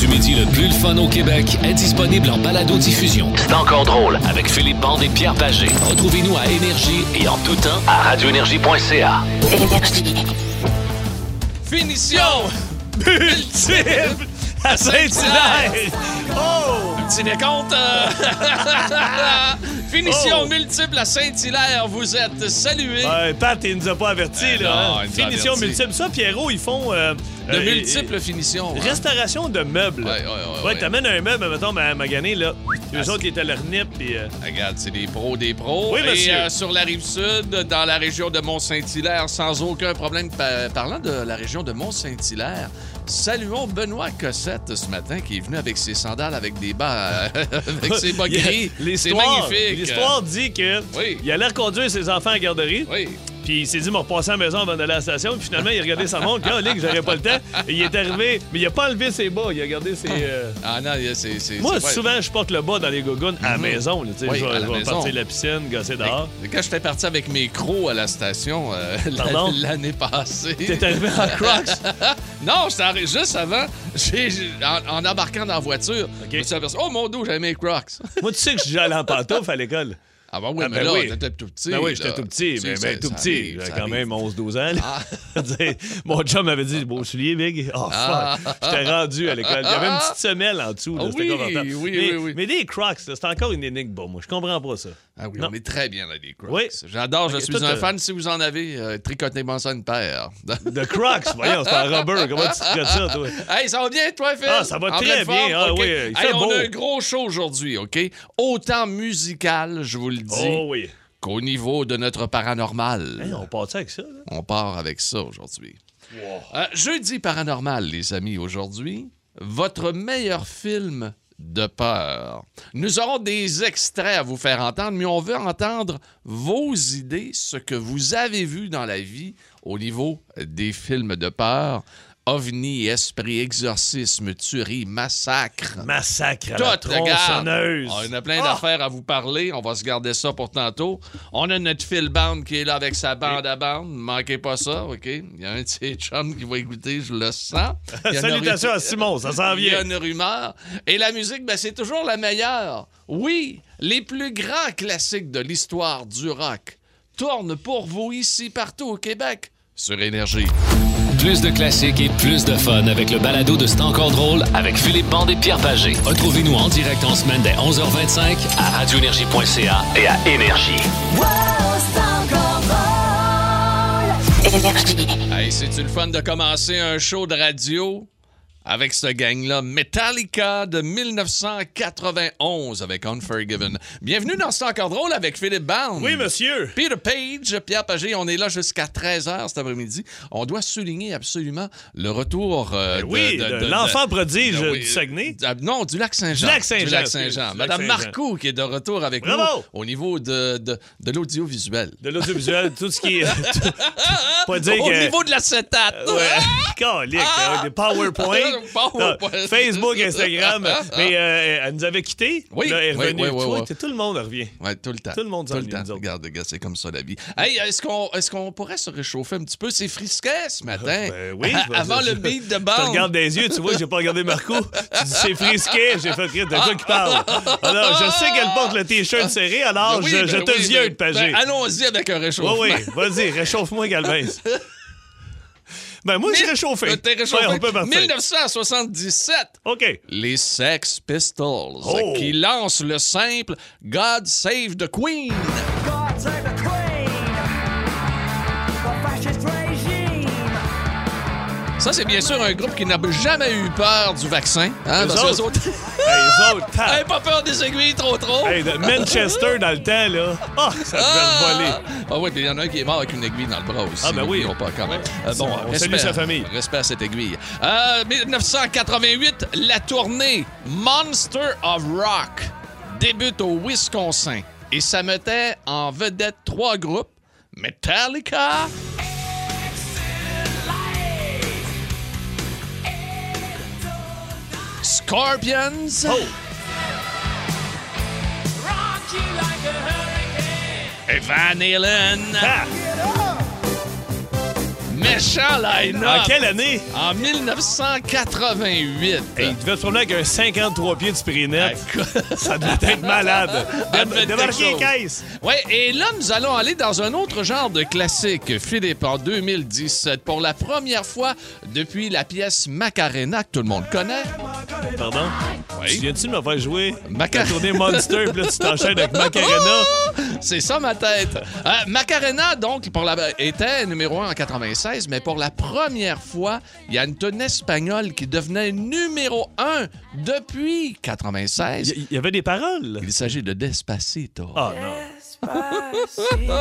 comédie le plus le fun au Québec est disponible en balado-diffusion. C'est encore drôle avec Philippe Bande et Pierre Pagé. Retrouvez-nous à Énergie et en tout temps à radioénergie.ca. Finition multiple à Saint-Hilaire. Oh! Un petit décompte. euh. Finition Oh! multiple à Saint-Hilaire. Vous êtes salués. Ben, Pat, il nous a pas avertis, Ben là. non, hein. il nous a Finition avertis. multiple. Ça, Pierrot, ils font. euh, de euh, multiples finitions. euh, hein. Restauration de meubles. Ouais, ouais, ouais, Ah, Ouais, ouais. t'amènes un meuble, mettons, à Magané, là. Les autres, ils étaient à leur nip, puis. euh, Regarde, c'est des pros des pros. Oui, monsieur. Et euh, sur la rive sud, dans la région de Mont-Saint-Hilaire, sans aucun problème. Pa- parlant de la région de Mont-Saint-Hilaire, saluons Benoît Cossette ce matin qui est venu avec ses sandales avec des bas, avec ses bas il y a- gris. C'est l'histoire- magnifique. L'histoire dit que. Oui. Il allait reconduire ses enfants à la garderie. Oui. Puis il s'est dit, m'a repassé à la maison avant d'aller à la station. Puis finalement, il a regardé sa montre. Ah, que j'aurais pas le temps. Et il est arrivé. Mais il a pas enlevé ses bas. Il a gardé ses. euh, Ah non, c'est. c'est- Moi, c'est pas- Mhm. souvent, je porte le bas dans les gogoons à la maison. là, tu sais, Oui, je à vais, la je vais maison. partir de la piscine, gosser dehors. Quand j'étais parti avec mes crocs à la station euh, Pardon? l'année passée. T'es arrivé en Crocs. Non, j'étais arri- juste avant, j'ai- j'ai- en, en embarquant dans la voiture, je me suis aperçu, oh mon dos, j'avais mes crocs. Moi, tu sais que j'allais en pantoufle à l'école. Ah ben oui, Ah, mais ben là, oui. t'étais tout petit. Ben oui, j'étais là. tout petit, Tu sais, mais, ça- mais tout ça petit. arrive, J'avais ça quand arrive. Ah. même 11-12 ans. là. Tu sais, Mon chum m'avait dit Beau soulier, Big. Oh, fuck. J'étais rendu à l'école. Il y avait une petite semelle en dessous. là, Ah c'était oui, confortable. oui, mais, oui, oui. mais des Crocs, là, c'est encore une énigme pour moi. Je comprends pas ça. Ah oui, Non. on est très bien là, des crocs. Oui. Ben, euh, J'adore, je Ok, suis toi, un t'as- fan. Si vous en avez, euh, tricotez-moi ça une paire. De Crocs, voyons, c'est en rubber. Comment tu te traites ça, toi? Hey, ça va bien, toi, Phil? Ah, ça va En pleine très bien. Ah OK. oui, il fait Hey, on beau. a un gros show aujourd'hui, OK? Autant musical, je vous le dis, Oh oui. qu'au niveau de notre paranormal. Hey, on part avec ça, là? On part avec ça aujourd'hui. Euh, jeudi paranormal, les amis, aujourd'hui, votre meilleur film de peur. Nous aurons des extraits à vous faire entendre, mais on veut entendre vos idées, ce que vous avez vu dans la vie au niveau des films de peur. OVNI, esprit, exorcisme, tuerie, massacre. Massacre à la Tout, regarde. tronçonneuse. On a plein Ah! d'affaires à vous parler. On va se garder ça pour tantôt. On a notre Phil Band qui est là avec sa bande à bande. Manquez pas ça, OK? Il y a un de ses chums qui va écouter, je le sens. Il y en a- Ah, Salutations à Simon, ça s'en Il y a vient. une rumeur. Et la musique, ben, c'est toujours la meilleure. Oui, les plus grands classiques de l'histoire du rock tournent pour vous ici, partout au Québec, sur Énergie. Plus de classiques et plus de fun avec le balado de C'est encore drôle avec Philippe Bande et Pierre Pagé. Retrouvez-nous en direct en semaine dès 11h25 à radioénergie.ca et à Énergie. Hey, c'est-tu le fun de commencer un show de radio avec ce gang-là? Metallica de 1991 avec Unforgiven. Bienvenue dans C'est encore drôle avec Philippe Bound. Oui, monsieur. Peter Page, Pierre Pagé, on est là jusqu'à 13h cet après-midi. On doit souligner absolument le retour euh, de, Ben Oui, de- de de- l'enfant de- prodige de- oui, du Saguenay. euh, non, du lac Saint-Jean. Du lac Saint-Jean, Du lac Saint-Jean. excuse, du lac Madame Saint-Jean. Marcoux qui est de retour avec Bravo! nous au niveau de, de, de l'audiovisuel. De l'audiovisuel, tout ce qui est. tout- pas dire Au que. niveau de l'acétate. Ouais. Calique, Ah! hein, des PowerPoint. PowerPoint. Non, Facebook, Instagram. Mais euh, elle nous avait quittés. Oui, Là, elle est oui, revenue. oui, oui, Tu vois, oui. t'es- Tout le monde revient. Ouais, tout le temps. Tout le monde Tout le s'ennuie, temps. nous autres. Regarde, gars, c'est comme ça la vie. Hey, est-ce qu'on est qu'on pourrait se réchauffer un petit peu? C'est frisquet ce matin. Ben oui. je vais- Avant je- le beat de Je te bande. regarde des yeux, tu vois, j'ai pas regardé Marco. Tu dis c'est frisquet, j'ai fait rire, de quoi qui parle. Alors, je sais qu'elle porte le t-shirt serré, alors Oui, je, ben je te oui, viens ben- de pager. ben, Allons-y avec un Oui, réchauffement. oui, vas-y, réchauffe-moi, Galvez. Ben, moi, je suis réchauffé. T'es réchauffé. Ouais, on peut partir. 1977. OK. Les Sex Pistols Oh. qui lancent le simple God Save the Queen. Ça, c'est bien sûr un groupe qui n'a jamais eu peur du vaccin. Hein, Eux parce que autres. eux autres- Hey, les autres, tap. Hey, pas peur des aiguilles trop trop. Hey, de Manchester dans le temps, là. Ah, ça devait le voler. Ah oui, puis il y en a un qui est mort avec une aiguille dans le bras aussi. Ah, ben oui. N'oublions pas quand même. Euh, bon, On respect- salue sa famille. Respect à cette aiguille. Euh, 1988, la tournée Monster of Rock débute au Wisconsin et ça mettait en vedette trois groupes Metallica. Scorpions. Oh! Et Van Halen. Ah! Mais méchant line-up. En quelle année? En 1988. Hey, il devait se promener avec un 53 pieds du prix net. Écoute. Ça devait être malade. Ça devait être quelque Débarquer les chose. caisses. Ouais, et là, nous allons aller dans un autre genre de classique, Philippe, en 2017. Pour la première fois depuis la pièce Macarena, que tout le monde connaît. Pardon? Tu Oui. viens-tu de me faire jouer Maca- la tournée Monster, puis là, tu t'enchaînes avec Macarena? C'est ça, ma tête. Euh, Macarena, donc, pour la... était numéro 1 en 96, mais pour la première fois, il y a une tonne espagnole qui devenait numéro 1 depuis 96. Il y- il y avait des paroles. Il s'agit de Despacito. Ah non.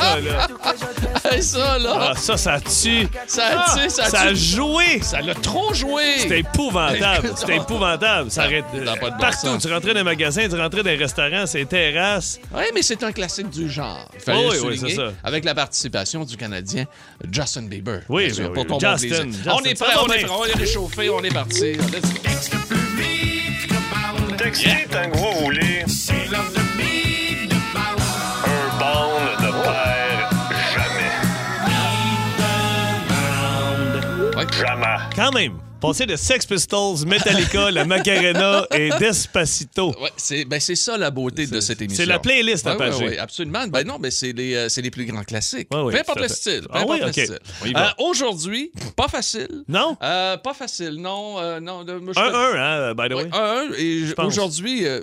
Ah, là. Et ça, là, Ah, ça, ça tue. ça, Ah, tu sais, ça, ça a tue. joué. ça l'a trop joué. C'était épouvantable. C'était épouvantable. Ça arrête. Ça n'a pas de bon Partout, sens. tu rentrais dans les magasins, tu rentrais dans les restaurants, c'est terrasses. Oui, mais c'est un classique du genre. Il fallait Oui, le oui, souligner, c'est ça. Avec la participation du Canadien Justin Bieber. Oui, Bien sûr, oui, pour oui. qu'on monte Justin, les- Justin, on est ça prêt, va on est bien. prêt, on est réchauffé, on est parti. Let's go. Texter est un gros roulé. Un bond ne perd jamais. Ouais. Jamais. Quand même, passer de Sex Pistols, Metallica, la Macarena et Despacito. Ouais, c'est ben c'est ça la beauté de cette émission. la playlist à Ouais, ouais, Pagé. ouais, absolument. Ben non, mais c'est les, euh, c'est les plus grands classiques. Ouais, ouais, peu importe tout le à fait. style. peu Ah importe oui, le ok. style. On y va. Euh, Aujourd'hui, pas facile. Non? Euh, pas facile, non. euh, non de- moi, je fais- 1-1, hein, by the Oui, Ah, un, way. un, et j- pense. aujourd'hui, euh,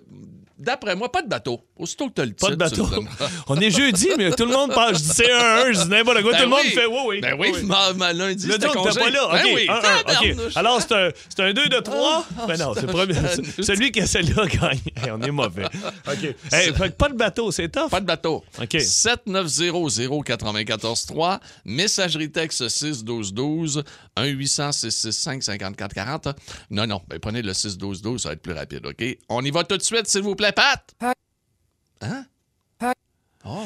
d'après moi, pas de bateau. Aussitôt que tu le Pas de titre, tu le bateau. donnes. On est jeudi, mais tout le monde parle. Je dis c'est 1-1, je dis n'importe quoi. Ben tout le monde oui. fait oui, oui. Ben oui, ma, ma lundi, Le c'était don t'es congé. pas là. OK, Ben oui, un, un, OK. tabarnouche. Alors, c'est un- c'est un 2 de Ah, 3. ben non, c'est ah, le premier. tabarnouche. Celui qui a celle-là gagne. Hey, on est mauvais. OK. Hey, fait que pas de bateau, c'est tough. Pas de bateau. OK. 7900943, messagerie texte 61212, 1 800 665 5440. Non, non, ben prenez le 61212, ça va être plus rapide, OK? On y va tout de suite, s'il vous plaît, Pat! Hein? Oh!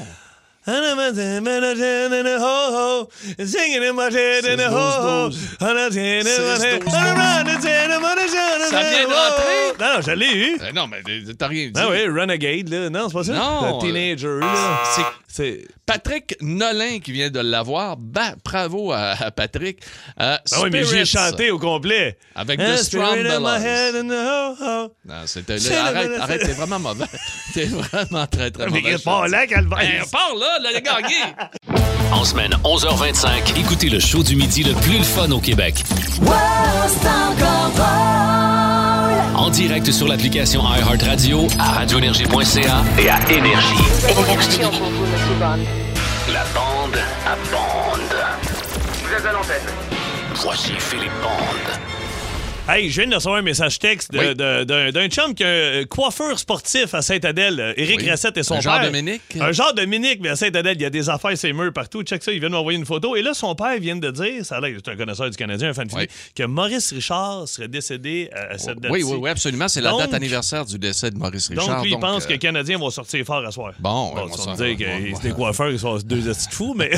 And I'm a damn and a damn and a ho ho, singing in my head and a ho ho. And a damn and a damn and a damn and a damn and Ça a vient de ho ho. rentrer? Non, non, je l'ai eu. Ben non, mais t'as rien dit. Ah oui, Renegade, là. Euh, Non, c'est pas ça. Non. Le Teenager, là. C'est. Patrick Nolin qui vient de l'avoir. Ba- bravo à, à Patrick. Euh, Ah oui, mais j'ai Spirits. chanté au complet. Avec And The spirit in my head Strombolas. and a ho ho. Non, c'était... C'est la Arrête, bonne- arrête, t'es vraiment mauvais. T'es vraiment très, très mauvais. Mais je pas te là, dis. Calvaire. Hey, repars Ben, là, là, les gars, En semaine 11h25, écoutez le show du midi le plus le fun au Québec. En direct sur l'application iHeartRadio, à radioénergie.ca et à Énergie. La bande à bande. Vous êtes à l'antenne. Voici Philippe Bande. Hey, je viens de recevoir un message texte de- Oui. de- d'un d'un chum qui a un euh, coiffeur sportif à Sainte-Adèle, Éric Oui. Racette et son Un père. genre Dominique. Un genre Dominique, mais à Sainte-Adèle, il y a des affaires, ses murs partout. Check ça, il vient de m'envoyer une photo. Et là, son père vient de dire, ça a l'air, c'est un connaisseur du Canadien, un fan fini, Oui. que Maurice Richard serait décédé euh, à, à cette date Oui, oui, oui, absolument. C'est la Donc- date anniversaire du décès de Maurice Richard. Donc, lui, il pense euh, que les Canadiens vont sortir fort à soir. Bon, ouais, tu bon, vas ça- me dire que ouais, ouais. c'est des coiffeurs, ils sont deux astuces fous, mais.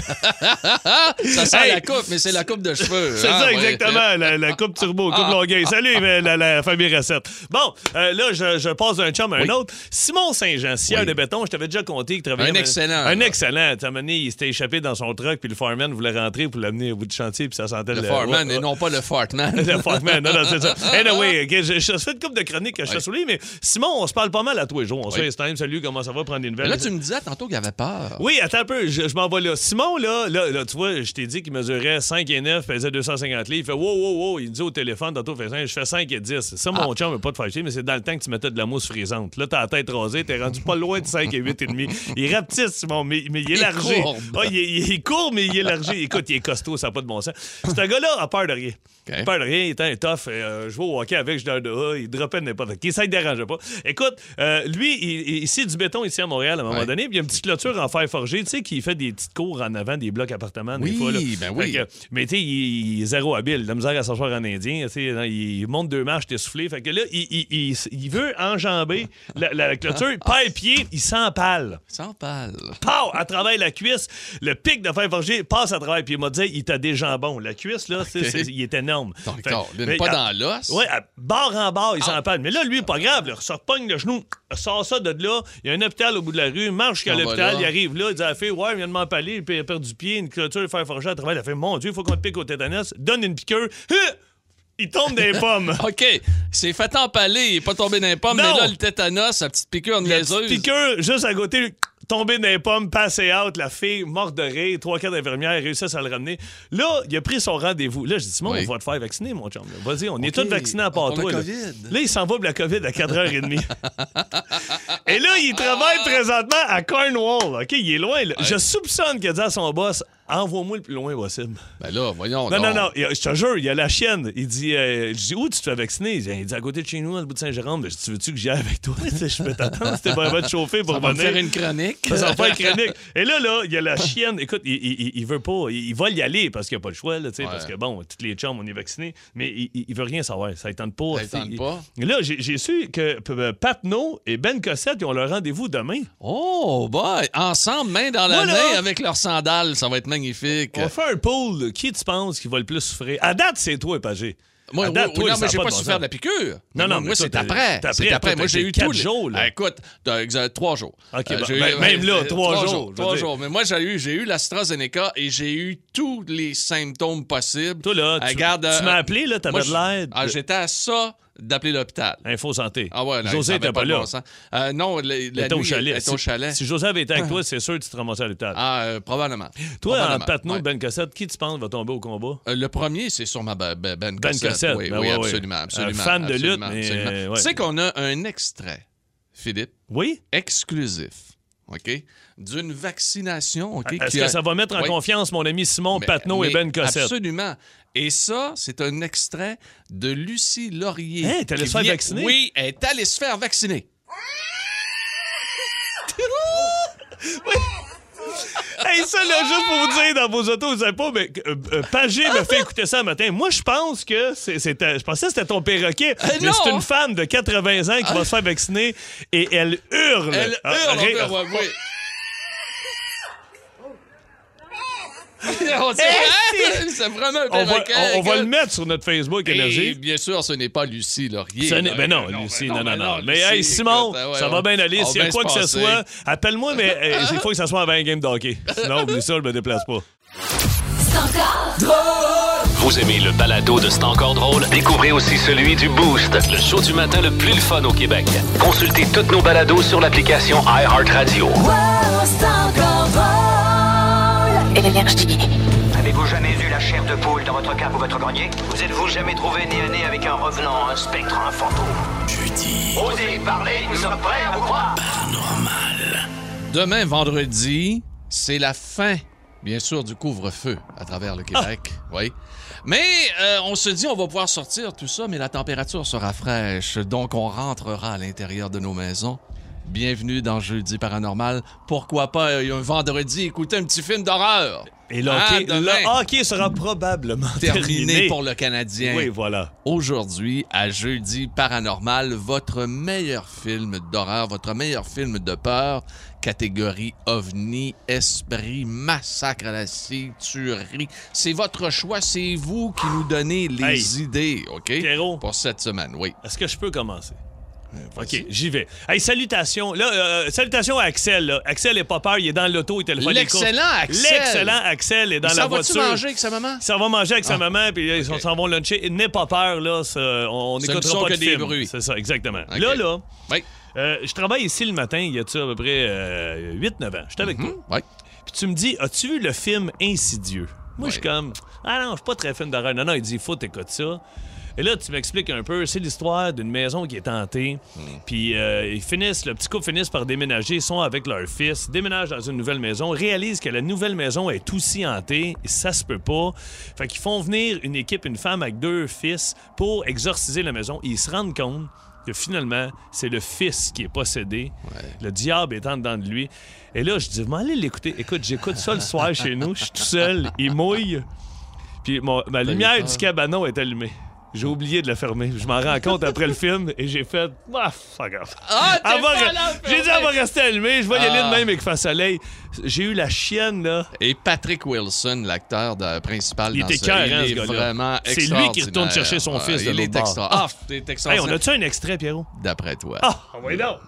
Ah, Ça sent Hey! la coupe, mais c'est la coupe de cheveux. C'est hein, ça, ouais. Ah. exactement. La, la coupe turbo, coupe longueuil. Salut, euh, la, la famille recette. Bon, euh, là, je, je passe d'un chum à un Oui. autre. Simon Saint-Jean, scieur Oui. de béton, je t'avais déjà conté qu'il travaillait. Un dans- excellent. Un excellent. Tu donné, il s'était échappé dans son truck, puis le fireman voulait rentrer pour l'amener au bout du chantier, puis ça sentait Le Foreman ouais, et non pas le Fartman. le Fartman, non, non, c'est ça. Anyway, ok, je, je fais une couple de chroniques que je te souligne, mais Simon, on se parle pas mal à tous les jours. On se Oui. FaceTime, salut, comment ça va, prendre des nouvelles. Là, tu me disais tantôt qu'il avait peur. euh, Oui, attends un peu, je, je m'en vais là. Simon, là, là, là, tu vois, je t'ai dit qu'il mesurait 5 et 9, pesait 250 livres. Il fait wow, wow, wow. Il me dit au téléphone, tantôt, il fait ça, je fais 5 et 10. Ça, mon chum, veut pas te fâcher, mais c'est dans le temps que tu mettais de la mousse frisante. Là, t'as la tête rasée, t'es rendu pas loin de 5 et 8 et demi. Il rapetisse, Simon, mais, mais il est Il élargi. courbe. Ah, il, est- il est court, mais il est élargi. Écoute, il est costaud, ça n'a pas de bon sens. Ce gars-là a peur de rien. OK. Il a peur de rien, il était un tough. euh, je vais au hockey avec, je donne de il dropait de n'importe qui. Ça ne dérangeait pas. Écoute, euh, lui, il, il- il scie du béton ici à Montréal à un moment Ouais. donné, puis il y a une petite clôture en fer forgé, tu sais, qui fait des petites cours en avant des blocs appartements, Oui, des fois. là. ben oui. Fait que, mais tu sais, il, il est zéro habile. La misère à s'asseoir en indien, tu sais, non, il il monte deux marches, t'es soufflé. Fait que là, il, il- il- il veut enjamber la, la clôture, pas pied, il s'empale. Sans pâle. Pow! À travers la cuisse, le pic de fer forgé passe à travers. Puis il m'a dit, il t'a des jambons. La cuisse, là, c'est- c'est- il est énorme. Donc, Fait- Caroline, mais- pas ah, dans l'os. Ah. Ouais, à- barre en barre, il s'en parle. Mais là, lui, pas grave. Là, il repogne le genou, sort ça de là. Il y a un hôpital au bout de la rue, marche jusqu'à Ah, bah l'hôpital, là. il arrive là, il dit à la fille Ouais, il vient de m'empaler, puis il a perdu pied, une clôture, fer forgé à travers. Elle fait Mon Dieu, il faut qu'on te pique au tétanos. Donne une piqûre. Huh! Il tombe des pommes. OK, c'est fait empaler, il est pas tombé dans les pommes, Non. mais là, le tétanos, sa petite piqûre La petite niaiseuse. piqûre, juste à côté, tombé dans les pommes, passé out, la fille morte de rire, trois quarts d'infirmières réussissent à le ramener. Là, il a pris son rendez-vous. Là, je dis, Simon, Oui. on va te faire vacciner, mon chum. là. Vas-y, on est Ok, tous vaccinés à part on a toi. Là. COVID. Là, il s'en va pour la COVID à 4h30. Et là, il travaille présentement à Cornwall. OK, il est loin. là. Je soupçonne qu'il a dit à son boss, envoie-moi le plus loin possible. Ben là, voyons. Non, non, donc. non, il y a- je te jure, il y a la chienne. Il dit, euh, je dis, où tu te fais vacciner? Il dit, Il dit, à côté de chez nous, à le bout de Saint-Jérôme. Je dis, tu veux-tu que j'y aille avec toi? Tu sais, je peux t'attendre si t'es pas capable de chauffer pour On va me venir. faire une chronique. Ça va faire chronique. Et là, là, il y a la chienne. Écoute, il, il- il- il veut pas. Il, il va y aller parce qu'il n'y a pas le choix, là, tu sais, Ouais. parce que bon, toutes les chums, on est vaccinés, mais il, il- il veut rien savoir. Ça ne tente pas. Ça lui tente Il- pas. Et Là, j'ai j'ai su que euh, Patno et Ben Cossette, ils ont leur rendez-vous demain. Oh, boy! Ensemble, main dans la Moi, là- Oh, main, avec leurs sandales, ça va être magnifique. On fait un poll. là. Qui tu penses qui va le plus souffrir? À date, c'est toi, Pagé. Moi, À oui, date, oui, Ah, toi, non, ça mais a j'ai pas pas, de bon souffert sens. de la piqûre. Non, non, mais moi, toi, c'est t'as- après. t'as C'est après, après. toi, Moi, t'as j'ai eu eu quatre tous les- jours, là. Ah, écoute, t'as- exa- trois jours. Ok, Euh, ben- j'ai eu- ben, même là, trois jours, je veux Trois dire. jours. Mais moi, j'ai eu, j'ai eu l'AstraZeneca et j'ai eu tous les symptômes possibles. Toi, là, tu, Regarde, tu euh, m'as appelé, là, t'avais moi, de l'aide. je- ah, J'étais à ça d'appeler l'hôpital. Info santé. Ah ouais, là, José ça avait était pas de là. bon sens. Euh, non, le- Elle la était au nuit, chalet. elle était au Si- chalet. Si José avait été avec toi, c'est sûr que tu te ramassais à l'hôpital. Ah, euh, probablement. Toi, en Probablement, patneau ouais. de Ben Cossette, qui tu penses va tomber au combat? Euh, le premier, c'est sûrement Ben, ben, ben Ben Cossette. Cossette, Oui, ben oui, ouais, ouais. absolument, absolument. Un fan de lutte, absolument, mais, absolument. euh, ouais. Tu sais qu'on a un extrait, Philippe, Oui? exclusif, OK, d'une vaccination, OK? Est-ce qui que a- ça va mettre en Oui. confiance mon ami Simon Mais- Patneau et mais Ben Cossette? Absolument. Et ça, c'est un extrait de Lucie Laurier. Hein, t'es allée qui se faire vient- vacciner? Oui, elle est allée se faire vacciner. Hey, ça, là, juste pour vous dire, dans vos autos, vous savez pas, mais euh, euh, Pagé m'a fait écouter ça un matin. Moi, je pense que c'est- c'était. Je pensais que c'était ton perroquet, mais Eh non! c'est une femme de 80 ans qui va se faire vacciner et elle hurle. Elle Ah, Euh, hurle, ré- on peut- oui. On dirait, Hey, hein, c'est vraiment un On va, perroquet, on- on va gars. le mettre sur notre Facebook Et Énergie. bien sûr, ce n'est pas Lucie Laurier. Ce là. n'est- ben non, Lucie, non, non, non. Mais ben Lucie, hey, écoute, Simon, ah ouais, ça va on- bien aller. on S'il y a va quoi se que ce passer. soit, appelle-moi, mais euh, il faut que ça soit avant un game d'hockey. Sinon, oublie ça, je me déplace pas. Vous aimez le balado de C'est encore drôle? Découvrez aussi celui du Boost, le show du matin le plus le fun au Québec. Consultez tous nos balados sur l'application iHeartRadio. Avez-vous jamais vu la chair de poule dans votre cave ou votre grenier Vous êtes-vous jamais trouvé nez à nez avec un revenant, un spectre, un fantôme Jeudi. Osez parler, nous sommes prêts à vous croire Demain, vendredi, c'est la fin, bien sûr, du couvre-feu à travers le Ah. Québec. Oui. Mais euh, on se dit, on va pouvoir sortir tout ça, mais la température sera fraîche, donc on rentrera à l'intérieur de nos maisons. Bienvenue dans Jeudi Paranormal. Pourquoi pas euh, un vendredi écouter un petit film d'horreur? Et le, Ah, hockey, le demain. hockey sera probablement terminé. Terminé pour le Canadien. Oui, voilà. Aujourd'hui, à Jeudi Paranormal, votre meilleur film d'horreur, votre meilleur film de peur, catégorie ovni, esprit, massacre à la scie, tuerie. C'est votre choix, c'est vous qui nous donnez les Hey. idées, OK? Pierrot. Pour cette semaine, oui. Est-ce que je peux commencer? OK, j'y vais. Hey, salutations. Là, euh, salutations à Axel. là. Axel est pas peur, il est dans l'auto, il téléphone. les courses. L'excellent Axel! L'excellent Axel est dans Il la s'en va-tu voiture. manger avec sa maman? Ça va manger avec sa maman, puis là, ils Ah. OK. s'en vont luncher. N'aie pas peur, là, ça- on on Ce ne n'écoutera sont pas que de des film. bruits. C'est ça, exactement. OK. Là, là, Oui. euh, je travaille ici le matin, il y a-tu à peu près euh, 8-9 ans. J'étais avec toi. Oui. Puis tu me dis, as-tu vu le film Insidieux? Moi, je suis Ouais. comme, ah non, je suis pas très fan d'horreur. Non, non, il dit, faut t'écouter ça. Et là, tu m'expliques un peu, c'est l'histoire d'une maison qui est hantée. Puis euh, ils finissent, le petit couple finissent par déménager, ils sont avec leur fils, déménagent dans une nouvelle maison, réalisent que la nouvelle maison est aussi hantée, et ça se peut pas. Fait qu'ils font venir une équipe, une femme avec deux fils pour exorciser la maison. Et ils se rendent compte que finalement, c'est le fils qui est possédé. Le diable est en dedans de lui. Et là, je dis, mais allez l'écouter. Écoute, j'écoute ça le soir chez nous. Je suis tout seul. Il mouille. Puis mon- ma lumière peur. du cabanon est allumée. J'ai oublié de la fermer. Je m'en rends compte après le film et j'ai fait. Ah, fuck off. Ah, t'es Elle va pas re- là, J'ai dit, elle va rester allumée. Je vais y aller Ah. de même avec Face Soleil. J'ai eu la chienne, là. Et Patrick Wilson, l'acteur de- principal Il dans était ce- écœurant, il ce est gars-là. vraiment C'est lui qui extraordinaire. retourne chercher son Ah, fils de Il est l'autre extra. bord. Ah, t'es Hey, on extraordinaire. a-tu un extrait, Pierrot? D'après toi. Ah, envoyez donc.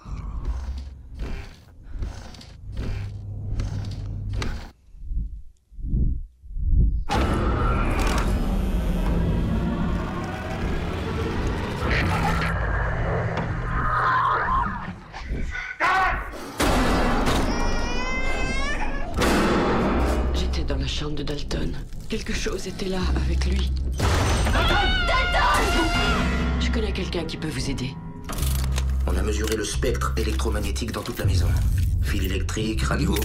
J'étais dans la chambre de Dalton. Quelque chose était là avec lui. Dalton Je connais quelqu'un qui peut vous aider. On a mesuré le spectre électromagnétique dans toute la maison. Fil électrique, radio.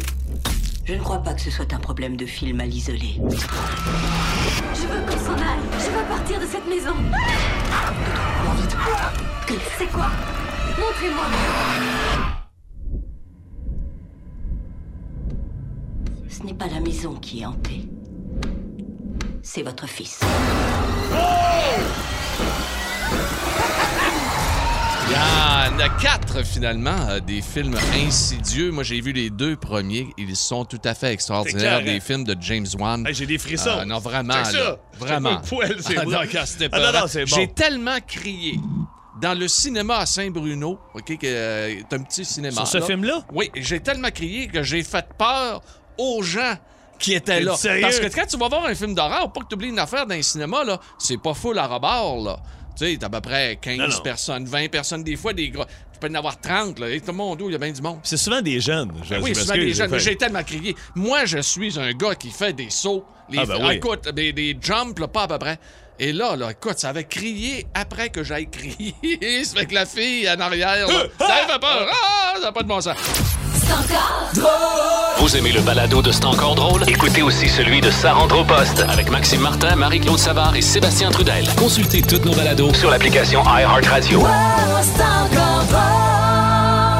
Je ne crois pas que ce soit un problème de film à l'isolé. Je veux qu'on s'en aille. Je veux partir de cette maison. C'est quoi Montrez-moi. Ce n'est pas la maison qui est hantée. C'est votre fils. Il y en a quatre, finalement, euh, des films insidieux. Moi, j'ai vu les deux premiers. Ils sont tout à fait extraordinaires. C'est clair, hein? Des films de James Wan. Hey, j'ai des frissons. Ah, non, vraiment. Check ça. là, vraiment. Check mon poil, c'est Ah, bon. non, quand c'était Ah, non, peurant. non, c'est bon. J'ai tellement crié dans le cinéma à Saint-Bruno, OK, que euh, c'est un petit cinéma. Sur ce là. film-là? Oui, j'ai tellement crié que j'ai fait peur aux gens qui étaient T'es là. sérieux? Parce que quand tu vas voir un film d'horreur, pas que tu oublies une affaire dans le cinéma, là, c'est pas full à rebord, là. Tu sais, t'as à peu près 15 Non, non. personnes, 20 personnes, des fois, des gros. Tu peux en avoir 30, là. Et tout le monde, il y a bien du monde. C'est souvent des jeunes. je- Ben Oui, je souvent m'excuse, des jeunes. mais fait- J'ai tellement crié. Moi, je suis un gars qui fait des sauts. Les- Ah, ben oui. Écoute, des, des jumps, là, pas à peu près. Et là, là, écoute, ça avait crié après que j'aille crier. C'est fait que la fille en arrière, là, Euh, ça elle fait peur. Ah, ça n'a pas de bon sens. Vous aimez le balado de C'est encore drôle? Écoutez aussi celui de Sa rentre au poste avec Maxime Martin, Marie-Claude Savard et Sébastien Trudel. Consultez tous nos balados sur l'application iHeartRadio.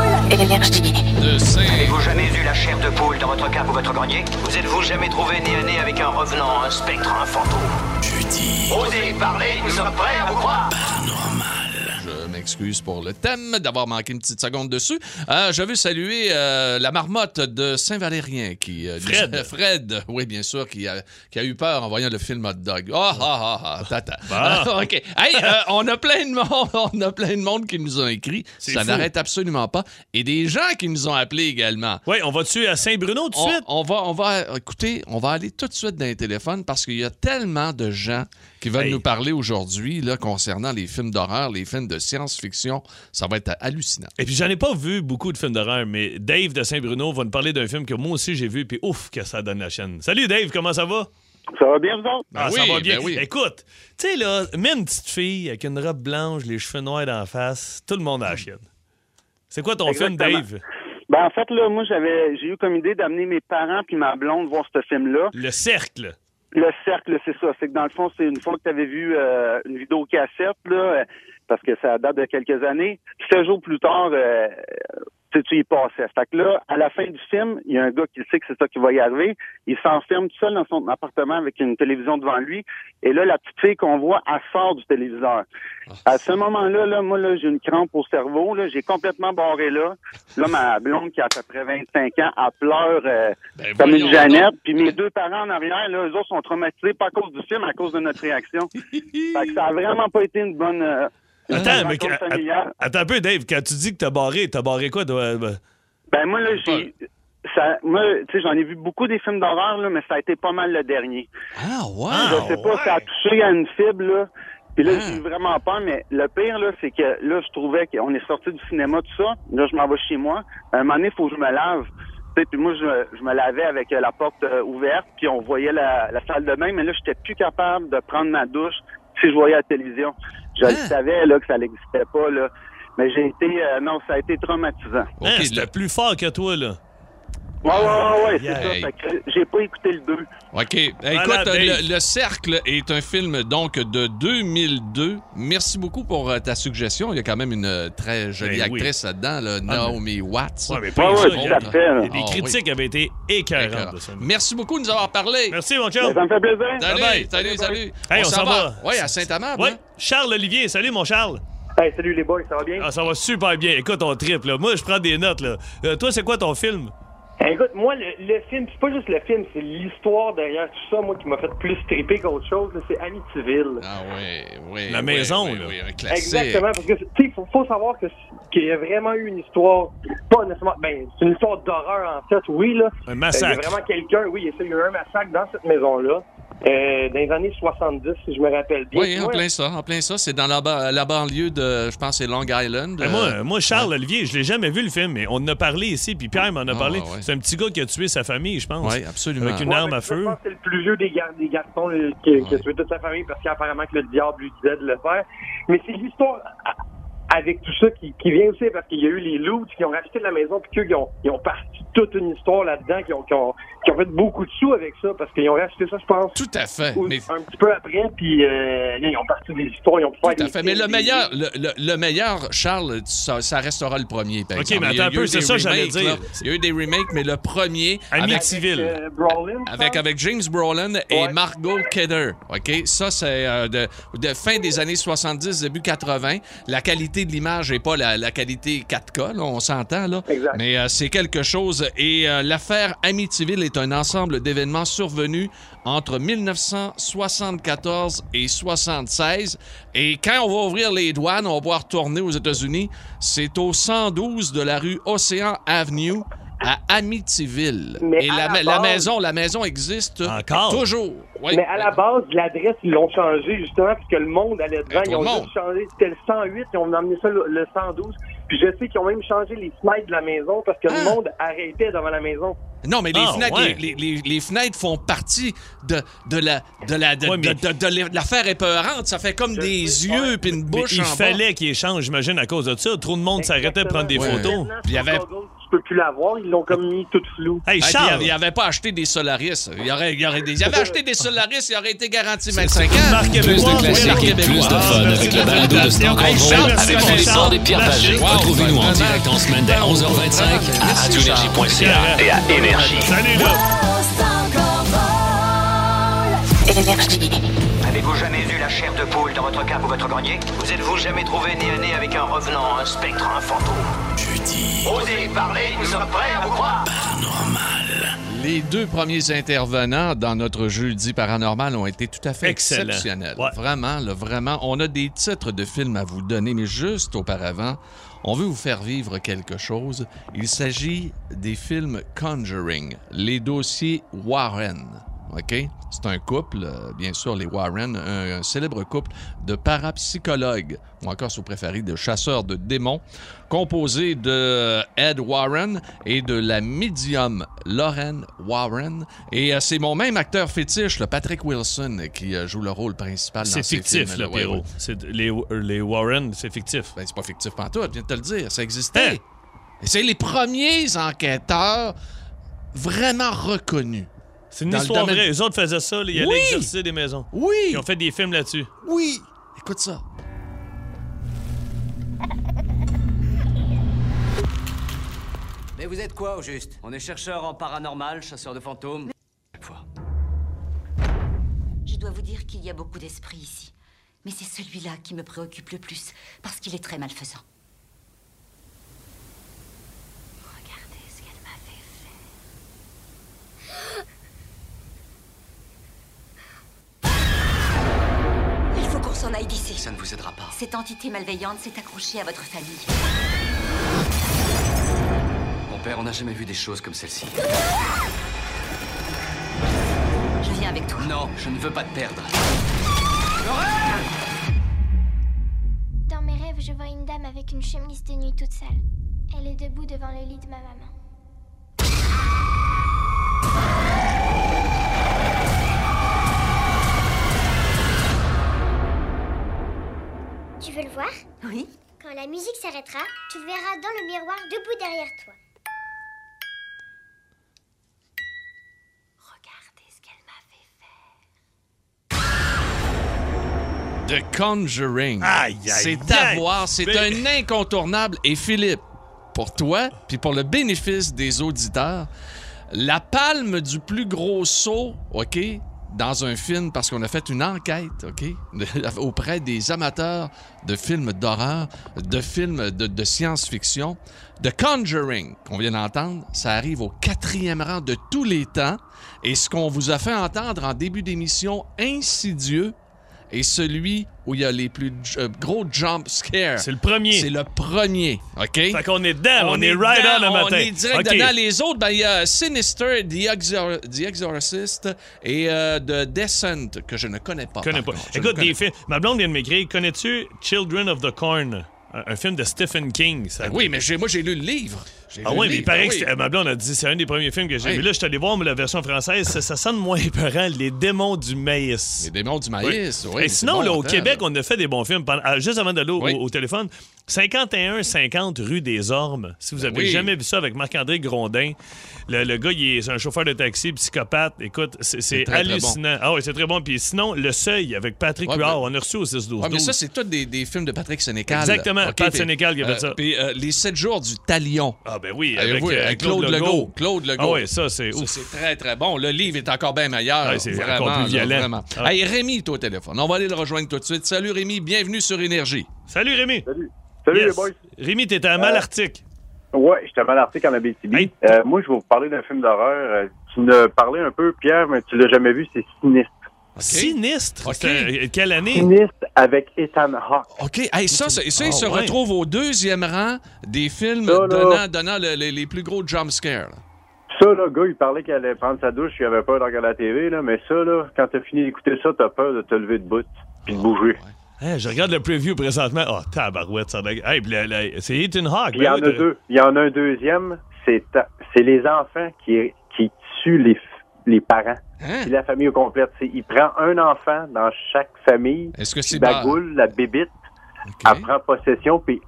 De Saint- Avez-vous jamais eu la chair de poule dans votre cave ou votre grenier Vous êtes-vous jamais trouvé nez à nez avec un revenant, un spectre, un fantôme Jeudi. Osez parler, nous sommes prêts à vous croire. Je m'excuse pour le thème, d'avoir manqué une petite seconde dessus. Euh, je veux saluer euh, la marmotte de Saint-Valérien qui... euh, Fred. nous- Fred, oui, bien sûr, qui a, qui a eu peur en voyant le film Hot Dog. Ah, ah, ah, ah, tata. Bah. OK. Hey, euh, on, a plein de monde, on a plein de monde qui nous ont écrit. C'est Ça fou. n'arrête absolument pas. Et des gens qui nous ont appelés également. Oui, on va tuer à Saint-Bruno tout de On- suite. On, va, on va, écoutez, on va aller tout de suite dans les téléphones parce qu'il y a tellement de gens qui veulent Hey. nous parler aujourd'hui là, concernant les films d'horreur, les films de science-fiction. Ça va être hallucinant. Et puis j'en ai pas vu beaucoup de films d'horreur, mais Dave de Saint-Bruno va nous parler d'un film que moi aussi j'ai vu, puis ouf que ça donne la chaîne. Salut Dave, comment ça va? Ça va bien, vous autres? Ah, Ben ça oui, va bien. ben oui. Écoute, tu sais là, même une petite fille avec une robe blanche, les cheveux noirs d'en face, tout le monde a la chienne. C'est quoi ton Exactement. film, Dave? Ben, en fait, là, moi, j'avais, j'ai eu comme idée d'amener mes parents puis ma blonde voir ce film-là. Le cercle. Le cercle, c'est ça. C'est que dans le fond, c'est une fois que tu avais vu euh, une vidéo cassette, là, euh, parce que ça date de quelques années, sept jours plus tard, euh, tu sais, tu y passais. Fait que là, à la fin du film, il y a un gars qui sait que c'est ça qui va y arriver. Il s'enferme tout seul dans son appartement avec une télévision devant lui. Et là, la petite fille qu'on voit, elle sort du téléviseur. À ce moment-là, là, moi, là, j'ai une crampe au cerveau. Là, j'ai complètement barré là. Là, ma blonde, qui a à peu près 25 ans, elle pleure euh, Ben, comme voyons une Jeannette. Puis mes deux parents en arrière, là, eux autres sont traumatisés pas à cause du film, à cause de notre réaction. fait que ça a vraiment pas été une bonne... euh, une bonne Attends, mais, rencontre att- familiale. attends un peu, Dave. Quand tu dis que t'as barré, t'as barré quoi? toi, euh, Ben moi là, j'ai ça, moi, tu sais, j'en ai vu beaucoup des films d'horreur là, mais ça a été pas mal le dernier. Ah, ouais. Ah. Je sais pas, ouais. ça a touché à une fibre là. Puis là, Ah. j'ai eu vraiment peur, mais le pire, là, c'est que là, je trouvais qu'on est sorti du cinéma, tout ça. Là, je m'en vais chez moi. À un moment donné, il faut que je me lave. Tu sais, puis moi, je, je me lavais avec euh, la porte euh, ouverte, puis on voyait la, la salle de bain, mais là, j'étais plus capable de prendre ma douche si je voyais la télévision. Je le Ah. savais, là, que ça n'existait pas, là. Mais j'ai été... euh, non, ça a été traumatisant. OK, hein, le- C'était plus fort que toi, là. Ouais, ouais, ouais, ouais, c'est Aïe, aïe. ça. Fait que J'ai pas écouté le 2. Oh. OK. Ben, Écoute, Dave. le, Le Cercle est un film donc de 2002. Merci beaucoup pour euh, ta suggestion. Il y a quand même une euh, très jolie Ben oui. actrice là-dedans, là, Naomi Watts. Ouais, mais Ouais, pas ouais, ça, tout il y a- à fait, là. Les Ah, oui. critiques avaient été écœurantes de ça. Merci beaucoup de nous avoir parlé. Merci, mon Ça chum. me fait plaisir. Salut, Bye bye. salut, salut. Hey, on s'en va. Oui, à Saint-Amand. Ouais. hein? Charles Olivier. Salut, mon Charles. Hey, salut les boys, ça va bien? Ah, ça va super bien. Écoute, on triple. là. Moi, je prends des notes. Là. Euh, toi, c'est quoi ton film? Hey, écoute, moi, le, le film, c'est pas juste le film, c'est l'histoire derrière tout ça, moi, qui m'a fait plus triper qu'autre chose, là, c'est Amityville. Ah oui, oui. La oui, maison, oui, là. oui, un classique. Exactement, parce que, tu sais, faut, faut savoir que c'est- qu'il y a vraiment eu une histoire, pas nécessairement, ben, c'est une histoire d'horreur, en fait, oui, là. Un Euh, Il massacre. y a vraiment quelqu'un, oui, il y a eu un massacre dans cette maison-là, euh, dans les années 70, si je me rappelle bien. Oui, hein, en Ouais. plein ça, en plein ça. C'est dans la, ba- la banlieue de, je pense, c'est Long Island. Ben, euh, moi, moi, Charles Olivier, je l'ai jamais vu le film, mais on en a parlé ici, puis Pierre m'en a Ah, parlé. ouais. C'est un petit gars qui a tué sa famille, je pense. Oui, absolument. Avec une Ouais, arme mais à je feu. pense que c'est le plus vieux des, gar- des garçons euh, là, qui, qui a Ouais. tué toute sa famille parce qu'apparemment que le diable lui disait de le faire. Mais c'est l'histoire a- avec tout ça qui, qui vient aussi parce qu'il y a eu les loups qui ont racheté la maison puis qu'eux, ils ont, ils ont parti toute une histoire là-dedans, qui ont, qui, ont, qui ont fait beaucoup de sous avec ça parce qu'ils ont racheté ça, je pense. Tout à fait. ou- Mais Un petit peu après, puis euh, là, ils ont parti des histoires, ils ont Tout à fait. Mais le meilleur, le, le- le meilleur, Charles, ça, ça restera le premier. par Ok, exemple. mais Il y a attends un eu peu, des c'est ça que j'allais remakes, dire. là. Il y a eu des remakes, mais le premier avec, Amityville. Euh, Brolin, je avec, pense. avec James Brolin et Ouais. Margot Kidder. OK? Ça, c'est euh, de, de fin des années 70, début 80. La qualité de l'image n'est pas la, la qualité 4K, là, on s'entend. là. Exact. Mais euh, c'est quelque chose. Et euh, l'affaire Amityville est un ensemble d'événements survenus entre 1974 et 76. Et quand on va ouvrir les douanes, on va pouvoir tourner aux États-Unis. C'est au 112 de la rue Océan Avenue à Amityville. Mais et à la, la ma- la base- maison, la maison existe Encore? toujours. Oui. Mais à la base, l'adresse, ils l'ont changée, justement, parce que le monde allait devant. Ben, tout Ils le ont monde. juste changé. C'était le 108, ils ont emmené ça le, le 112. Puis je sais qu'ils ont même changé les fenêtres de la maison parce que Ah. le monde arrêtait devant la maison. Non, mais les, Ah, fenêtres, ouais. les, les- les- les fenêtres font partie de, de la de la de, Ouais, mais- de- de- de l'e- de l'affaire épeurante. Ça fait comme des sais, yeux ouais. puis une Mais bouche il en bas. fallait qu'il échange, j'imagine, à cause de ça. Trop de monde s'arrêtait pour prendre des Ouais. photos. Maintenant, Puis il y sur avait- Google, tu peux plus la voir. Ils l'ont comme mis toute floue. Hey, Ah, puis il Charles! avait- il avait pas acheté des Solaris. Il aurait, il aurait des- il avait acheté des Solaris, il aurait été garanti 25 ans. Marc Plus Québécois, de oui, classique Marc et plus Québécois. de Ah, fun merci avec de le la balado de présentation. Stock en Hey, Drôle Charles, avec merci, Philippe Charles. Bande et Pierre Merci. Pagé. Wow, Retrouvez-nous en vraiment. direct en semaine dès 11h25 à Merci, radioénergie.ca et à Énergie. Salut, là! Avez-vous jamais vu la chair de poule dans votre cave ou votre grenier Vous êtes-vous jamais trouvé nez à nez avec un revenant, un spectre, un fantôme Jeudi. Osez parler, nous sommes prêts à vous croire. Les deux premiers intervenants dans notre jeudi paranormal ont été tout à fait Excellent. exceptionnels. Ouais. Vraiment, là, vraiment. On a des titres de films à vous donner, mais juste auparavant, on veut vous faire vivre quelque chose. Il s'agit des films Conjuring, les dossiers Warren. OK? C'est un couple, euh, bien sûr, les Warren, un, un célèbre couple de parapsychologues, ou encore, si vous préférez, de chasseurs de démons, composé de euh, Ed Warren et de la médium Lauren Warren. Et euh, c'est mon même acteur fétiche, le Patrick Wilson, qui euh, joue le rôle principal dans C'est ces fictif, films-là. là, Ouais, Pierrot. ouais. C'est- Les, euh, les Warren, c'est fictif. Ben, c'est pas fictif pantoute, je viens de te le dire, ça existait. Hein? Et c'est les premiers enquêteurs vraiment reconnus. C'est une Dans le histoire domaine- vraie. Eux autres faisaient ça, là, Oui! ils allaient exercer des maisons. Oui, Ils ont fait des films là-dessus. oui. Écoute ça. Mais vous êtes quoi au juste On est chercheur en paranormal, chasseur de fantômes. Quoi Je dois vous dire qu'il y a beaucoup d'esprits ici. Mais c'est celui-là qui me préoccupe le plus, parce qu'il est très malfaisant. Regardez ce qu'elle m'avait fait. Il faut qu'on s'en aille d'ici. Ça ne vous aidera pas. Cette entité malveillante s'est accrochée à votre famille. Mon père, on n'a jamais vu des choses comme celle-ci. Je viens avec toi. Non, je ne veux pas te perdre. Dans mes rêves, je vois une dame avec une chemise de nuit toute sale. Elle est debout devant le lit de ma maman. Tu veux le voir Oui Quand la musique s'arrêtera, tu le verras dans le miroir debout derrière toi. Regardez ce qu'elle m'avait fait. The Conjuring. Aïe, aïe, C'est à aïe. voir, c'est Mais- un incontournable. Et Philippe, pour toi, puis pour le bénéfice des auditeurs, la palme du plus gros saut, OK, dans un film parce qu'on a fait une enquête, OK, de- auprès des amateurs de films d'horreur, de films de, de science-fiction. The Conjuring, qu'on vient d'entendre, ça arrive au quatrième rang de tous les temps. Et ce qu'on vous a fait entendre en début d'émission, Insidieux, est celui où il y a les plus j- euh, gros jump scares. C'est le premier. C'est le premier, OK? Fait qu'on est dedans, on, est, right dedans, on le On matin. est direct OK. dedans. Les autres, ben, il y a Sinister, The, Exor- The Exorcist et euh, The Descent, que je ne connais pas. connais par pas. contre. Ah, Je Écoute, ne connais des films. Ma blonde vient de m'écrire. Connais-tu Children of the Corn? Un, un film de Stephen King. Ça- pas. Ben Oui, mais j'ai- moi, j'ai lu le livre. J'ai Ah lu oui, le mais il livre, paraît ah que oui. c'est- euh, ma blonde a dit c'est un des premiers films que j'ai Oui. vu. Là, je suis allé voir mais la version française, ça, ça sonne moins épeurant, Les démons du maïs. Les démons du maïs, oui. Et c'est sinon, bon là, au temps, Québec, là. on a fait des bons films. Pendant- ah, juste avant d'aller au, Oui. au téléphone, 51-50 rue des Ormes. Si vous avez oui. jamais vu ça avec Marc-André Grondin, le, le gars, il est, c'est un chauffeur de taxi, psychopathe. Écoute, c'est, c'est très, très hallucinant. Ah oui, c'est très bon. Puis sinon, Le Seuil avec Patrick Ouais, Huard, on a reçu au 6-12. Ouais, mais ça, c'est tous des, des films de Patrick Sénécal. Exactement, OK, Pat puis, Sénécal qui a fait euh, ça. Puis euh, Les 7 jours du Talion. Ah ben oui, Avec, avec, euh, avec Claude, Legault. Claude Legault. Ah oui, ça, c'est Ça, ouf. C'est très, très bon. Le livre est encore bien meilleur. Ouais, c'est vraiment, encore plus là, violent. Ah. vraiment. Ouais. Hey, Rémi est au téléphone. On va aller le rejoindre tout de suite. Salut Rémi, bienvenue sur Énergie. Salut Rémi. Salut. Salut, Yes. les boys. Euh, Rémi, t'es à Malartic. Ouais, j'étais mal article en Abitibi. Euh, moi, je vais vous parler d'un film d'horreur. Euh, Tu ne parlais un peu, Pierre, mais tu l'as jamais vu, c'est Sinistre. Sinistre. C'est, euh, quelle année? Sinistre avec Ethan Hawke. OK. Hey, ça, ça, ça, Ah, il se ouais. retrouve au deuxième rang des films Ça, là. donnant, donnant le- le- les plus gros jumpscares. Ça, là, le gars, il parlait qu'il allait prendre sa douche, il avait peur de regarder la TV, là, mais ça, là, quand t'as fini d'écouter ça, t'as peur de te lever de bout puis Oh, de bouger. Hein, je regarde le preview présentement. Ah, tabarouette, ça doit- Hey, puis le- le- c'est Ethan Hawke. Puis il y ben en oui, a t'as- deux. Il y en a un deuxième, c'est ta- c'est les enfants qui, qui tuent les, f- les parents. Hein? Puis la famille au complet. C'est- Il prend un enfant dans chaque famille. Est-ce que puis c'est la bar- goule, la bébite, elle prend possession, puis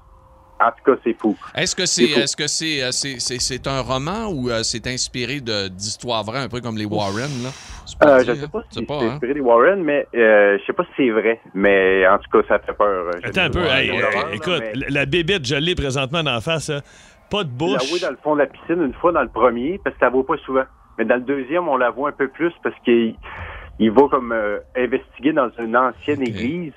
en tout cas, c'est fou. Est-ce que c'est C'est fou. est -ce que c'est, euh, c'est- c'est- c'est un roman ou euh, c'est inspiré de- d'histoires vraies, un peu comme les Warren? Là? Tu peux Euh, le je dire, sais pas hein? si Tu sais c'est hein? inspiré des Warren, mais euh, je sais pas si c'est vrai. Mais en tout cas, ça fait peur. euh, Attends un peu. j'ai hey, vu euh, des horreurs, là, écoute, mais- la- la bébête, je l'ai présentement d'en face. hein. Pas de On bouche. l'a vouée dans le fond de la piscine une fois dans le premier, parce que ça vaut pas souvent. Mais dans le deuxième, on la voit un peu plus parce qu'il il va comme euh, investiguer dans une ancienne église.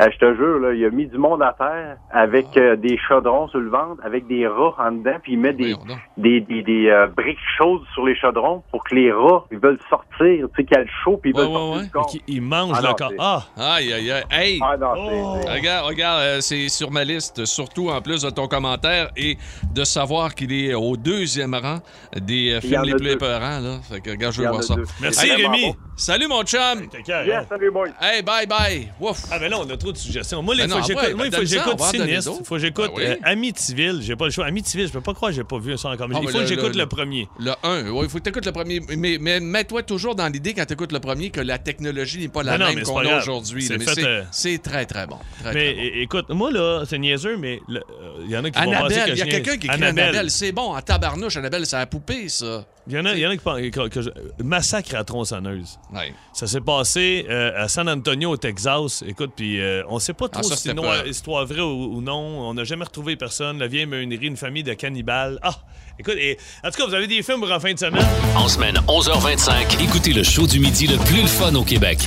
Euh, je te jure, là, il a mis du monde à terre avec Ah. euh, des chaudrons sur le ventre, avec des rats en dedans, puis il met des, des, des, des, euh, briques chaudes sur les chaudrons pour que les rats, ils veulent sortir, tu sais, qu'il y a le chaud, puis ils veulent sortir du corps. Qui- Il mange Ah non, le corps. c'est- Ah! oh! Aïe, aïe, aïe. Hey! Ah. Oh. Regarde, regarde, euh, c'est sur ma liste, surtout en plus de ton commentaire et de savoir qu'il est au deuxième rang des euh, Il y en films les a plus deux. épeurants. Là. Fait que, regarde, je veux Il y en voir a ça. deux. Merci, Hey, Rémi. Salut, mon chum! Yes, salut, boys. Hey, bye, bye! Wouf! Ah, mais là, on a trop de suggestions. Moi, les Ben fois non, que j'écoute, ouais, moi, il ben faut que donne-en, on j'écoute va en donner Sinistre. d'autres. Il faut que j'écoute Ben oui. euh, Amityville. J'ai pas le choix. Amityville, je peux pas croire que j'ai pas vu ça encore. Mais Ah, il mais faut le- que j'écoute le- le, premier. Le 1, il faut que tu écoutes le premier. Mais, mais mets-toi toujours dans l'idée quand tu écoutes le premier que la technologie n'est pas la Non, non, même mais c'est qu'on pas a grave. aujourd'hui. là. C'est Mais fait, C'est euh, c'est très, très bon. Très, mais é- écoute, moi, là, c'est niaiseux, mais le- euh, il y en a qui vont penser Annabelle, que il y a je quelqu'un qui écrit Annabelle. Annabelle. C'est bon, en tabarnouche, Annabelle, c'est la poupée, ça. Il y en a, il y en a qui pensent que, que je- massacre à tronçonneuse. Ouais. Ça s'est passé euh, à San Antonio, au Texas. Écoute, puis euh, on sait pas Ah, trop ça, si c'est c'était une peur. histoire vraie ou, ou non. On n'a jamais retrouvé personne. La vieille meunerie, une famille de cannibales. Ah, écoute, et, en tout cas, vous avez des films pour en fin de semaine? En semaine 11h25, écoutez le show du midi le plus le fun au Québec.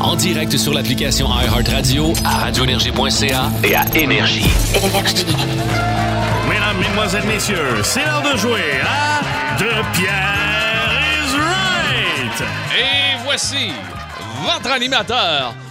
En direct sur l'application iHeartRadio, à radioénergie.ca et à Énergie. Mesdames, Mesdemoiselles, Messieurs, c'est l'heure de jouer à De Pierre is Right! Et voici votre animateur,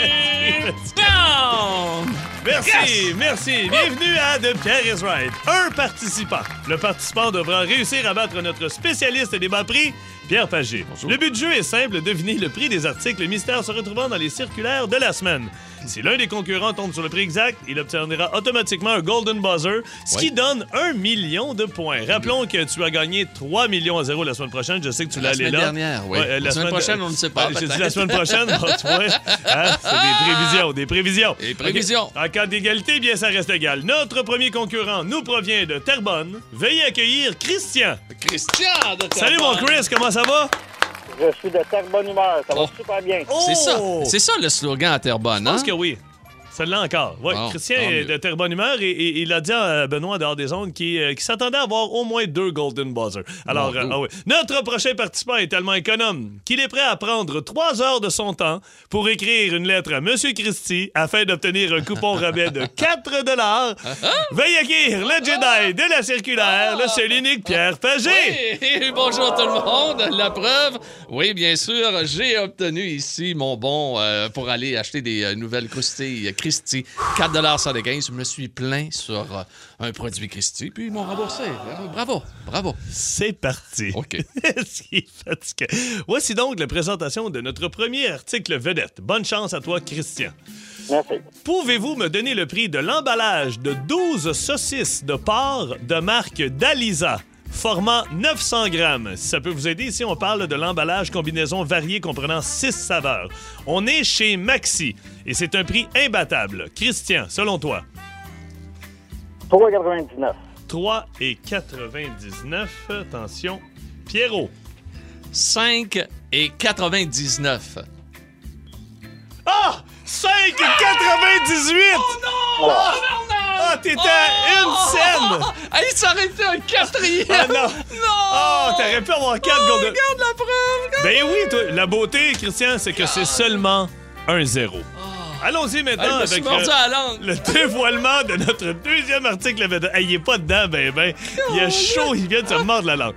Philippe Down! Merci, merci. Bienvenue à The Pierre is Right. Un participant. Le participant devra réussir à battre notre spécialiste des bas prix, Pierre Pagé. Le but du jeu est simple, deviner le prix des articles mystères se retrouvant dans les circulaires de la semaine. Si l'un des concurrents tombe sur le prix exact, il obtiendra automatiquement un Golden Buzzer, ce qui donne un million de points. Rappelons que tu as gagné 3 millions à zéro la semaine prochaine. Je sais que tu La l'as allé semaine là. dernière, oui. euh, La semaine prochaine, on ne sait pas, J'ai dit la peut-être. semaine prochaine, bon, tu vois, hein, c'est des prévisions, des prévisions. Des prévisions. OK. En cas d'égalité, eh bien, ça reste égal. Notre premier concurrent nous provient de Terrebonne. Veuillez accueillir Christian. Christian de Salut, mon Terrebonne. Chris, comment ça va? Je suis de terre bonne humeur, ça va super bien. Oh! C'est ça, c'est ça le slogan à Terrebonne, Je hein? pense que oui. Celle-là encore. Ouais, Bon, Christian tant est mieux. de très bonne humeur et, et il a dit à Benoît en dehors des ondes qu'il euh, qu'il s'attendait à avoir au moins deux Golden Buzzer. Alors, Wow. euh, ah oui. notre prochain participant est tellement économe qu'il est prêt à prendre trois heures de son temps pour écrire une lettre à Monsieur Christie afin d'obtenir un coupon rabais de 4 dollars. Ah, Veuillez acquérir le Jedi de la circulaire, le seul unique Pierre Pagé. Oui, bonjour tout le monde. La preuve, oui, bien sûr, j'ai obtenu ici mon bon euh, pour aller acheter des euh, nouvelles croustilles Christie. 4,75 Je me suis plaint sur euh, un produit Christie, puis ils m'ont remboursé. Bravo, bravo. C'est parti. OK. C'est fatigant. Voici donc la présentation de notre premier article vedette. Bonne chance à toi, Christian. Pouvez-vous me donner le prix de l'emballage de 12 saucisses de porc de marque Dalisa? Format 900 grammes. Si Ça peut vous aider ici. On parle de l'emballage combinaison variée comprenant 6 saveurs. On est chez Maxi et c'est un prix imbattable. Christian, selon toi? 3,99. 3 et 99. Attention. Pierrot. 5 et 99. Ah! 5 et 98! Oh non! Ah, t'étais à une scène! Ah, il s'arrêtait un quatrième! Oh, Ah non! Oh, Ah, t'aurais pu avoir 4 Golden... Regarde la preuve! Ben oui, toi, la beauté, Christian, c'est que c'est seulement un zéro. Allons-y Ah, maintenant je me suis avec euh, mordu à la le dévoilement de notre deuxième article. vedette. Hey, il est pas dedans, ben ben. Il est chaud, il vient de se mordre la langue.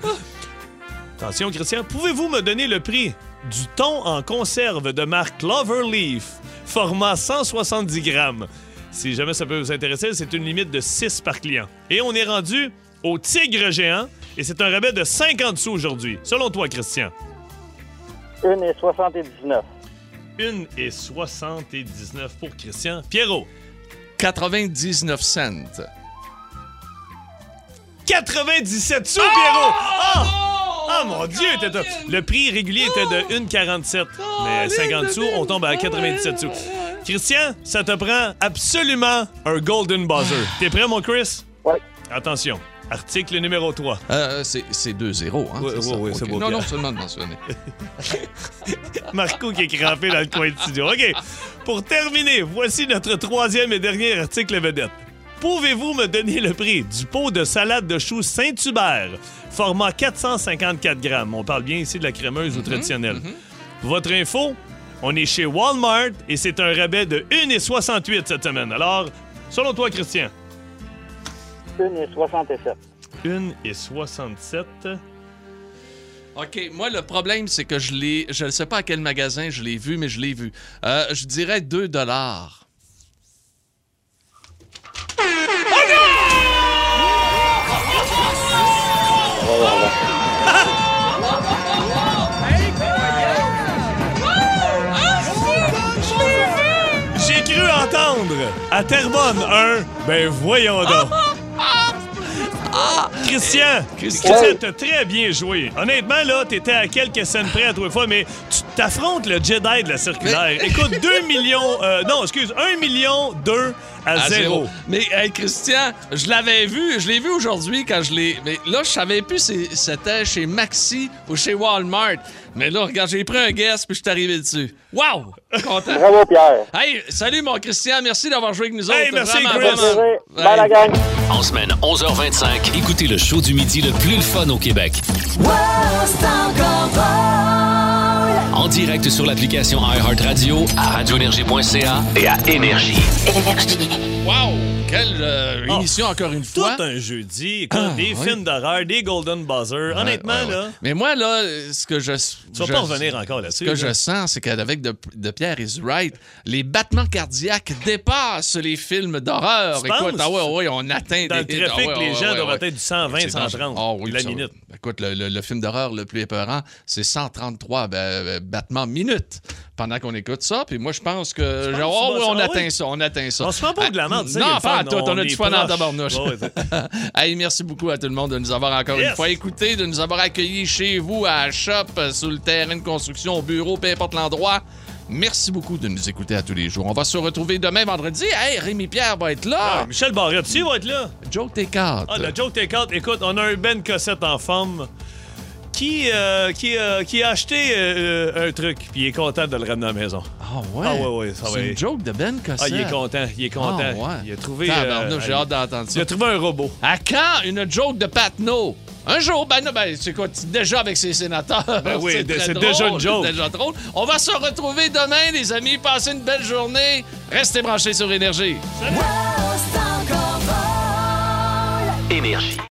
Attention, Christian, pouvez-vous me donner le prix du thon en conserve de marque Cloverleaf, format 170 grammes? Si jamais ça peut vous intéresser, c'est une limite de 6 par client. Et on est rendu au tigre géant, et c'est un rabais de 50 sous aujourd'hui. Selon toi, Christian? 1,79. 1 et 79 pour Christian. Pierrot, 99 cents. 97 sous, Pierrot! Ah! Ah, mon Dieu! t'es un- Le prix régulier était de 1,47, mais 50 sous, on tombe à 97 sous. Christian, ça te prend absolument un Golden Buzzer. T'es prêt, mon Chris? Oui. Attention, article numéro 3. Euh, c'est c'est 2-0, hein? Ouais, ouais, ça? ouais, c'est Ok. beau, Non, Pierre. non, seulement de mentionner. Marco qui est crampé dans le coin de studio. OK. Pour terminer, voici notre troisième et dernier article vedette. Pouvez-vous me donner le prix du pot de salade de choux Saint-Hubert, format 454 grammes? On parle bien ici de la crémeuse ou traditionnelle. Votre info, on est chez Walmart et c'est un rabais de 1,68 cette semaine. Alors, selon toi, Christian? 1,67. 1,67. OK, moi, le problème, c'est que je l'ai. Je ne sais pas à quel magasin je l'ai vu, mais je l'ai vu. Euh, je dirais 2 dollars. J'ai cru entendre à Terrebonne un ben voyons donc. Christian, Christian, t'as très bien joué. Honnêtement, là, t'étais à quelques scènes près à trois fois, mais tu t'affrontes le Jedi de la circulaire. Écoute, 2 millions... euh, non, excuse, 1 million 2 à 0. Mais, hey, Christian, je l'avais vu. Je l'ai vu aujourd'hui quand je l'ai. Mais là, je savais plus si c'était chez Maxi ou chez Walmart. Mais là, regarde, j'ai pris un guess puis je suis arrivé dessus. Wow! Content. Bravo, Pierre. Hey, salut, mon Christian. Merci d'avoir joué avec nous autres. merci, Vraiment, Chris. vraiment. Plaisir. Ouais. Bye, la gang. En semaine 11h25, écoutez le show du midi le plus le fun au Québec. En direct sur l'application iHeartRadio, à radioénergie.ca et à Énergie. Wow! Quelle euh, émission, encore une fois. Oh. Tout un jeudi, écoute, des Ah, oui. films d'horreur, des Golden Buzzer. Honnêtement, ouais, ouais. là... Ben Mais moi, là, euh, ce que je. Tu vas pas revenir encore là-dessus, Ce que là. je sens, c'est qu'avec de, de Pierre is Right, les battements cardiaques dépassent les films d'horreur. Tu Écoute, penses? ah ouais, ouais, on atteint Dans des le trafic, ah ouais, les ouais, gens ouais, doivent ouais. atteindre du 120, C'est dangereux. 130 Ah oui, la ça- minute. Écoute, le, le- le film d'horreur le plus épeurant, c'est 133 ba- euh, battements minutes pendant qu'on écoute ça. Puis moi, je pense que. penses oh, que oui, tu vas- on ah, atteint oui. ça, on atteint ça. Ah, On se prend pas de la merde, tu sais, il y a Non, le pas fun, à tout, on on a est du fun en proche. tabarnouche. Ouais, ouais, Hey, merci beaucoup à tout le monde de nous avoir encore Yes. une fois écoutés, de nous avoir accueillis chez vous à la Shop, euh, sur le terrain de construction, au bureau, peu importe l'endroit. Merci beaucoup de nous écouter à tous les jours. On va se retrouver demain vendredi. Hey, Rémi Pierre va être là. Ah, Michel Barrette, tu va être là. Joe T4. Ah, le joke take-out, écoute, on a un Ben Cossette en forme qui, euh, qui, euh, qui a acheté euh, un truc puis il est content de le ramener à la maison. Ah ouais? Ah ouais, ouais, ça va. C'est une joke de Ben Cossette. Ah, il est content, il est content. Ah ouais. Il a trouvé. Tabarnouche, j'ai hâte d'entendre ça. Il a trouvé un robot. À quand une joke de Patno? Un jour, ben, non, ben c'est quoi, tu- déjà avec ses sénateurs. Ben oui, très c'est drôle, déjà une joke. c'est déjà drôle. On va se retrouver demain, les amis. Passez une belle journée. Restez branchés sur Énergie. Énergie.